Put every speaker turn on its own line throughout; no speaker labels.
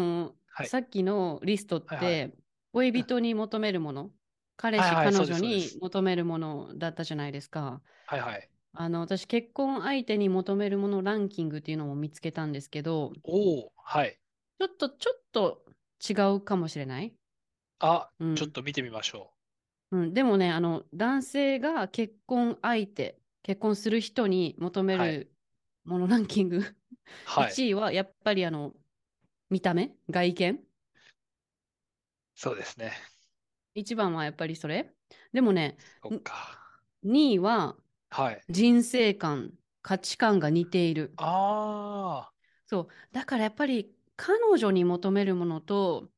はい
さっきのリストって、
はい
恋人に求めるもの、彼氏、
はいはい
彼
そうで
女
すそうで
に
す
求めるものだったじゃないですか。
はいはい。
あの私、結婚相手に求めるものランキングっていうのも見つけたんですけど、
おお、はい。
ちょっと、ちょっと違うかもしれない。
あ、
うん
ちょっと見てみましょ
うん、でもね、あの、男性が結婚相手、結婚する人に求め
は
るものランキング、
う。はい。
1位はやっぱりあの、見た目、外見。
そうですね。
1番はやっぱりそれ。でもね、
そっか。
2位は
はい。
人生観、価値観が似ている。
あ
そう。だからやっぱり彼女に求めるものと、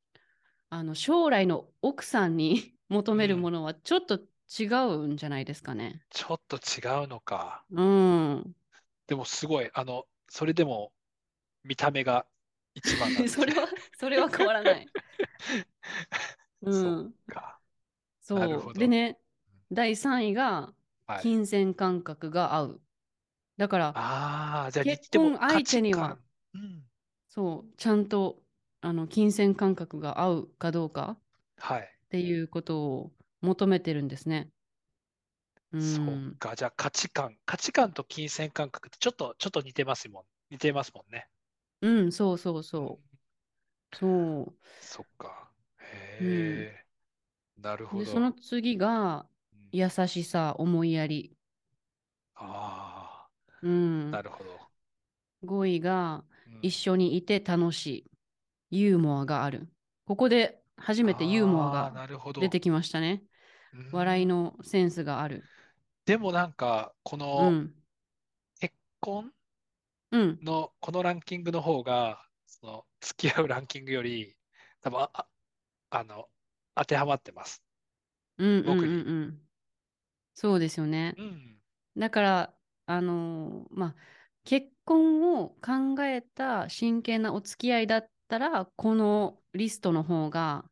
あの、将来の奥さんに 求めるものはちょっと違うんじゃないですかね。
ー、ちょっと違うのか。
うん。
でもすごい、あの、それでも見た目が一番なんです
それは、それは変わら ない。うん。
か。
そう。
なるほど
でね、第3位が、
はい
金銭感覚が合う。だから、
ああ、じゃあ、
結
でも
婚相手には
価値観うん。
そう、ちゃんと、あの、金銭感覚が合うかどうか
はい。
っていうことを求めてるんですね。うん。
そうか。じゃあ、価値観。価値観と金銭感覚ってちょっと、ちょっと似てますもん。似てますもんね。。
うん、そうそうそうう。そ
そっか。へえ。なる
う。
ほ
で、
ど。
その次が、
うん
優しさ、思いやり。
あ
う
あ、
ん。
なるほど。
5位が、
うん
一緒にいて楽しい。ユーモアがある。ここで初めてユーモア
あー
が
なるほど。
出てきましたね。
うん
笑いのセンスがある。
でもなんか、こ
う
の
ん。
結婚
うん。
の、このランキングの方が、その付き合うランキングより、多分あ、ああの、当てはまってます。
うんうん
僕
う
に
んうん。そうですよね
う。ん。
だから、あのーまあ、結婚を考えた真剣なお付き合いだったら、このリストの方が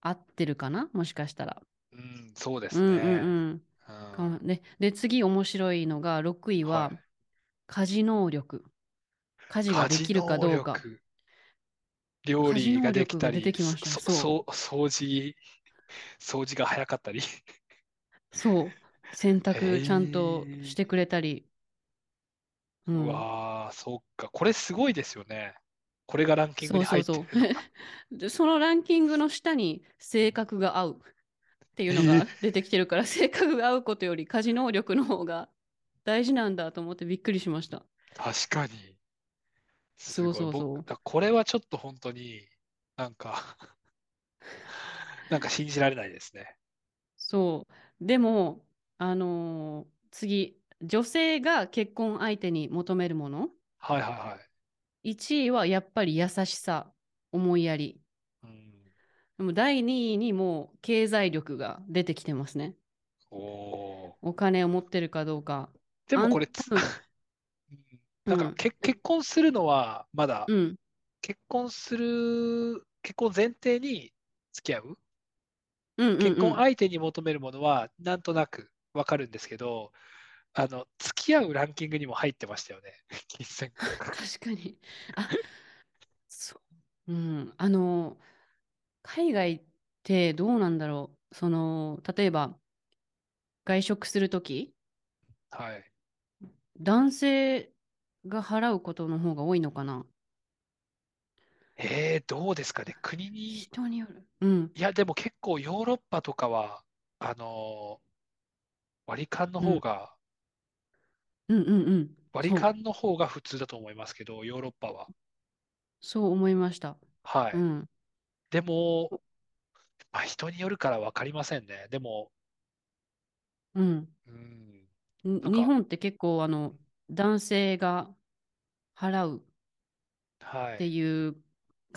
合ってるかなもしかしたら。
うん、そうで
う
す
んう
ね。
ん
うん
うん。で、で、次面白いのが、6位は、
はい
家事能力。家事ができるかどうか
家。事能力料理ができたり、
家事能力が出てきました
そ
そ
そう掃除、掃除が早かったり。
そう。洗濯ちゃんと
えー
してくれたり。う。
うんわあ、そっか。これすごいですよね。これがランキング
そ
に
うそ
入
う
ってる
そ
のか。
う。で、そのランキングの下に性格が合うっていうのが出てきてる から、性格が合うことより家事能力の方が大事なんだと思ってびっくりしました。
確かに。すごい。
そうそうそう
僕、だこれはちょっと本当に、なんかなんか信じられないですね。
そう。でも、あのー次、女性が結婚相手に求めるもの。
はいはいはい。
1位はやっぱり優しさ、思いやり。
うん、
でも第2位にもう経済力が出てきてますね。
おー
お金を持ってるかどうか。
でもこれ、
あん多分
うんだからけ結婚するのはまだ、
うん。
結婚する、結婚前提に付き合う
うんうんうん
結婚相手に求めるものはなんとなくわかるんですけど、あの、付き合うランキングにも入ってましたよね。金銭感覚。
確かに。あ、そう。うん。あの、海外ってどうなんだろう。その、例えば、外食するとき、
はい。
男性が払うことの方が多いのかな。
えー、どうですかね。国に、い
人による。うん。
や、でも結構ヨーロッパとかは、あのー割り勘の方が、
うんうんうん。
割り
そう。
勘の方が普通だと思いますけど、ヨーロッパは。
そう思いました。
はい。
うん。
でも、まあ、人によるから分かりませんね。でも、
うん。
うん、
に
なんか
日本って結構、あの、男性が払う
は
って
い。
いう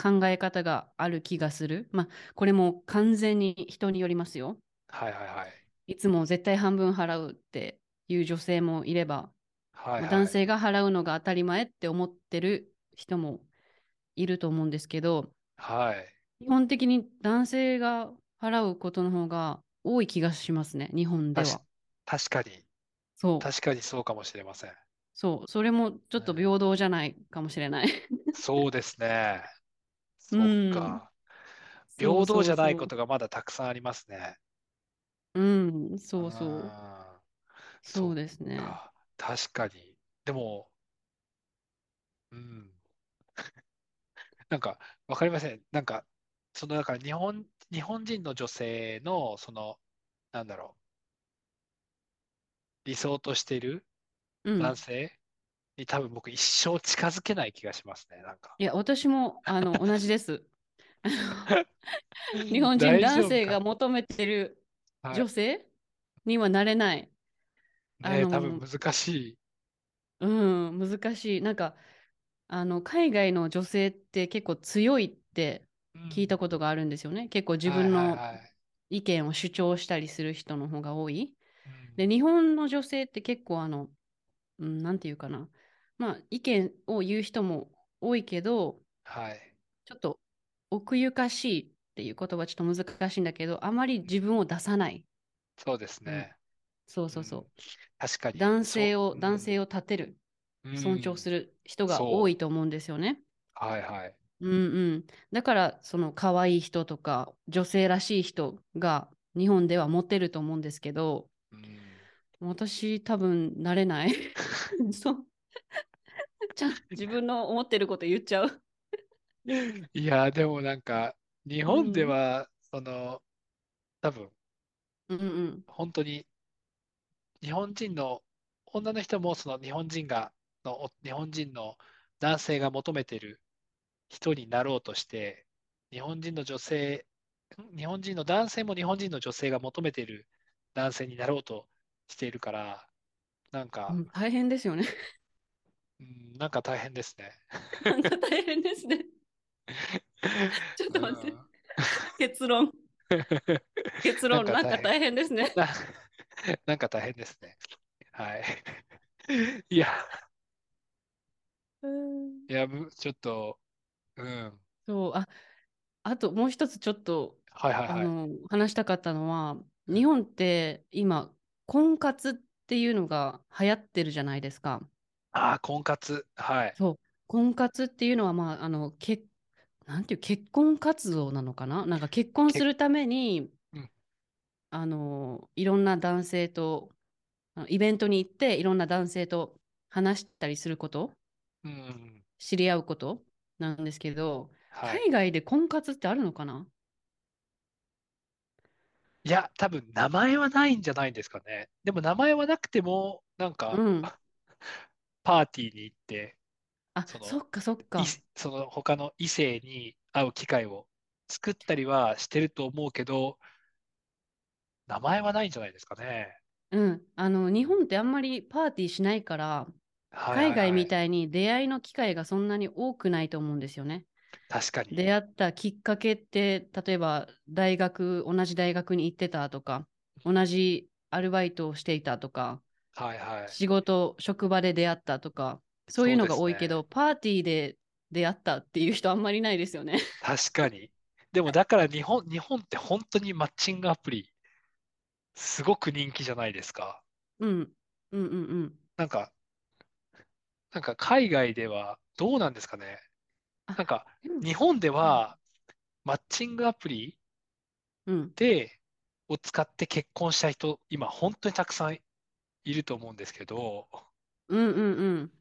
考え方がある気がする。まあ、これも完全に人によりますよ。
はいはいはい。
いつも絶対半分払うっていう女性もいれば、
はい
まあ
はい。
男性が払うのが当たり前って思ってる人もいると思うんですけど、
はい。
基本的に男性が払うことの方が多い気がしますね、日本では。
確かに、
そう、
確かにそうかもしれません。
そう、それもちょっと平等じゃないかもしれない。
そうですね。そっか。
そう
平等じゃない
そうそう
ことがまだたくさんありますね。
うん、そうそう。
あー
そ
そうっ
ですね。
か。確かに。でも、うん。 なんか、わかりません。なんか、その、だから日本、日本人の女性の、その、なんだろう、理想としている
う
男
ん。
性に多分僕一生近づけない気がしますね。なんか。
いや、私も、あ の、同じです。あの 日本人
大
男
丈夫
性
か
が求めてる
な。は
女
い。
性にはなれない。あ
ねえ、多分
の、
難しい。
うん、難しい。なんか、あの、海外の女性って結構強いって
う
聞いた
ん。
ことがあるんですよね。結構自
はい
分
はい
の
はい。
意見を主張したりする人の方が多い。
うん
で、日本の女性って結構あの、うん、なんていうかな。まあ、意見を言う人も多いけど、
はい。
ちょっと奥ゆかしいっていう言葉ちょっと難しいんだけど、あまり自分を出さない。
そうです
うん、
ね。
そう
う
そうそ
ん。
う。
確かに。
男性
そ
を、
う。う
男性
ん。
を立てる、
う
尊重す
ん。
る人が多
そ
いと思うんですよね。
う。はいはい。
うんうん。だから、その可愛い人とか、女性らしい人が日本ではモテると思うんですけど、
うん。
私多分なれない。 そう。ちゃん自分の思ってること言っちゃう。
いや、でもなんか、日
う
本で
ん。
は、その、多分、
うんうん。
本当に、日本人の、女の人も、その日本人が、の、お日本人の男性が求めてる人になろうとして、日本人の女性、ん日本人の男性も日本人の女性が求めてる男性になろうとしているから、なん
う
か、
ん、大変ですよね。
うん、なんか大変ですね。
なんか大変ですね。ちょっ
う
と待って。
ん
結論。結
なん
論。なん
か大
か
変、
大変ですね。
な、なん か大変ですね。はい。 いや、
うん。
いや、むちょっと、うん。はい
そう。あ、あともう一つちょっと、
はい
あ
はい。
の、話したかったのは、
う
日
ん
本って今、婚活っていうのが流行ってるじゃないですか。
ああ、婚活。はい。
そう。婚活っていうのは、まあ、あの、結、なんていう、結婚活動なのかななんか結婚す
け、
るために、
うん。
あの、いろんな男性と、あのイベントに行って、いろんな男性と話したりすること、
うん。
知り合うことなんですけど、
はい。
海外で婚活ってあるのかない
や、多分名前はないんじゃないんですかね。でも名前はなくても、なん
う
か、
ん。
パーティーに行って、
あ、
その、
そっかそっ
い、
か。
その他の異性に会う機会を作ったりはしてると思うけど、名前はないんじゃないですかね。
うん。あの、
う
日
ん
本ってあんまりパーティーしないから、
はい
海
はい
外
は
み
い。
たいに出会いの機会がそんなに多くないと思うんですよね。
確かに。
出会ったきっかけって、例えば大学、同じ大学に行ってたとか、同じアルバイトをしていたとか、
はいはい。
仕事、職場で出会ったとか、そういう
そ
の
うで
が
す
多いけど、
ね。
パーティーで出会ったっていう人あんまりいないですよね。
確かに。でもだから日本、日本って本当にマッチングアプリ、すごく人気じゃないですか。
うん。うんうんうん。
なんか、なんか海外ではどうなんですかね。
あ、
なんか
でも、
日本で
うん。
はマッチングアプリ
うん。
でを使って結婚した人、今本当にたくさんいると思うんですけど、
うんうんうん。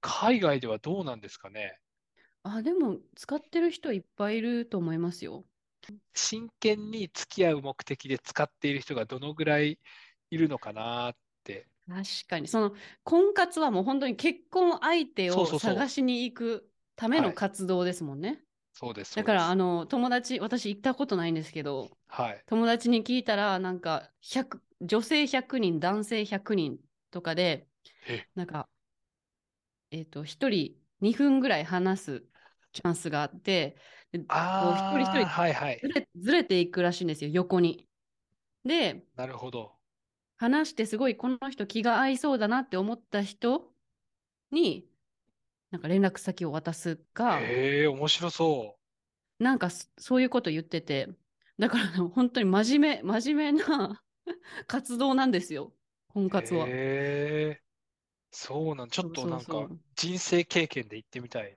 海外ではどうなんですかね。
あ、でも、使ってる人いっぱいいると思いますよ。
真剣に付き合う目的で使っている人がどのぐらいいるのかなって。
確かに、その婚活はもう本当に結婚相手
そう
を
そうそ
探
う。
しに行くため
は
の
い。
活動ですもんね。
そうです、
だ
そう
か
で
ら、あ
す。
の、友達、私行ったことないんですけど、
はい。
友達に聞いたら、なんか、100、女性100人、男性100人とかで、
え、
なんか、えっと、1人2分ぐらい話すチャンスがあって、でこう、一人一
ああ、
人
はいはい。
ずれ、ずれていくらしいんですよ、横に。で、
なるほど。
話してすごいこの人気が合いそうだなって思った人に、なんか連絡先を渡すか、
へえ、面白そ
なんかそそういうこと言ってて、だからあの本当に真面目、真面目な 活動なんですよ、婚
う。
活は。
へえ、そうなん、ちょ
そ
っ
う
と
そう
なん
そ
か
う。
人生経験で行ってみたい。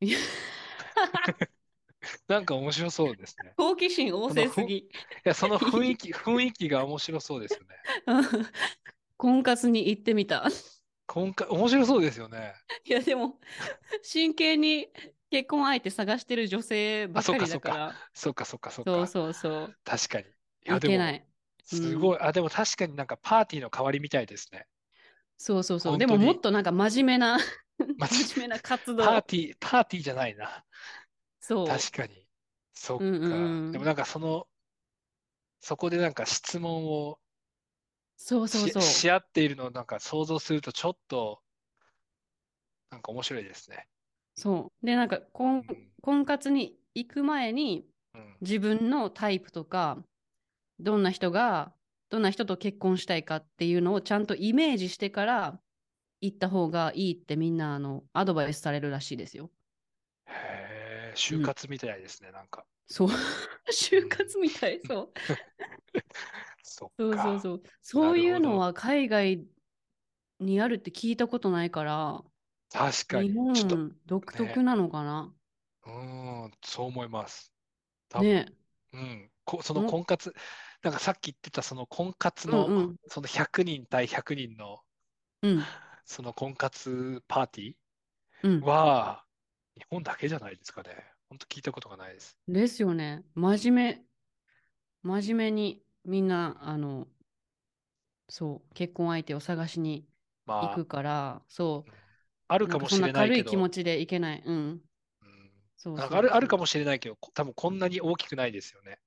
いや
なんか面白そうですね。
好奇心旺
その
盛
ふ
す
ん、い
ぎ。
や、その雰囲気、雰囲気が面白そうですよね。
うん婚活に行ってみた。
今回、面白そうですよね。
いや、でも、真剣に結婚相手探してる女性
あ、
ばっ
そっ
か
か
りだ
そっ
か
か。
ら、
そっかそっかそっ
そう
か。
そうそう、
確かに。いや、
い
で
けな
も、
い。う
す
ん。
ごい。あ、でも確かになんかパーティーの代わりみたいですね。
そうそうそう。
本
で
当
も、も
に。
っとなんか真面目 な
まあ、ち
真面目な活
パー
動。
ティー、パーティーじゃないな。
そ
確かに。そっ
う。うんう
か。
んう
でも
ん。
なんかその、そこでなんか質問を
そうそう
し、
そ
し合っているのをなんか想像するとちょっとなんか面白いですね。
う。そう。で、なんか婚、
うん。
婚活に行く前に、
うん。
自分のタイプとか、どんな人が、どんな人と結婚したいかっていうのをちゃんとイメージしてから行った方がいいってみんな、あの、アドバイスされるらしいですよ。
へえ、
う
就
ん。
活みたいですね、なんか。
そう。
う
就
ん。
活みたい。そう。
そっ
そうそう
か。
そう。そ
な
う
る
いう
ほ
の
ど。
は海外にあるって聞いたことないから、
確か
日
に。ちょっと、
本独特
ね。
なのかな。
うーん、そう思います。多分。
ねえ。
うん。こ、その
も、
婚活、なんかさっき言ってたその婚活
うん
の、
うん。
その100人対100人の、
うん
その婚活パーティ
う
ー
ん。
は、日本だけじゃないですかね。本当聞いたことがないです。
ですよね。
うん
真面目、真面目にみんな、あの、そう、結婚相手を探しに行
ま
くから、そ
あ、うんある
う、なんか
かも
そん
し
な
れない
軽
け
い気持
ど、
ちでいけない。うん。
うん、
そう
なんか
そ
あ
う
る、ある
そ
かもしれないけど、こ多分こんなに大きくないですよね。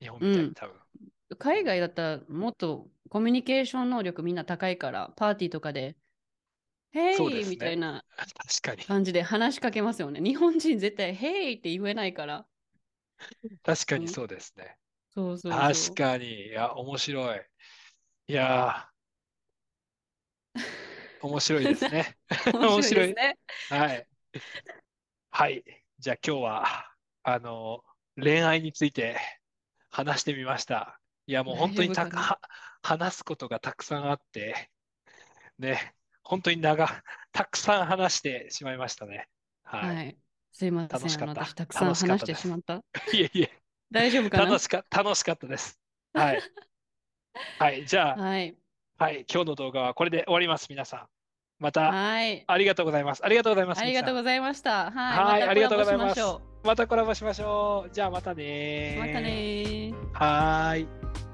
日本
う。
みたいうに
ん。
多分。 う
海外
ん、
だったらもっとコミュニケーション能力みんな高いから、パーティーとかで、
そう
ヘ
で
イみ
す
たい
ね。
な
確かに。
感じで話しかけますよね。日本人絶対ヘイって言えないから。
確か
う
に
ん。
そうですね。
そうそう
確
そ
かに。いや、面白い。いやー、面白いで すね。
う。面
面
白いです
白い。
ね。
はい。はい。じゃあ今日は、あの、恋愛について話してみました。いや、もう
大
本当
丈
に
夫
た
か
く、
な
は、話すことがたくさんあって、ね、本当に長、たくさん話してしまいましたね。はい。
はい。すいま
楽
せ
し
ん。
か
あ
っ
の、私
た。
たくさ
楽
ん
しか
話
っ
したて
で。
しますった。
いえいえ、
大丈夫か
楽
な
しか、楽しかったです。はい。 はい。じゃ
はい。
あ、はい。今日の動画はこれで終わります、皆さん。また、
はい。
ありがとうございます。ありがとうございます、
あ
ミ
り
キ
がとう
さ
ございました。は
ん。
い。ま
はい。
た
あ
コ
り
ラ
がと
ボ
うござ
し
い
ま
ま
し
す。
ょ
またコラボしましょう。じゃあ、また
う。またね
ね
ー。
ー。はーい。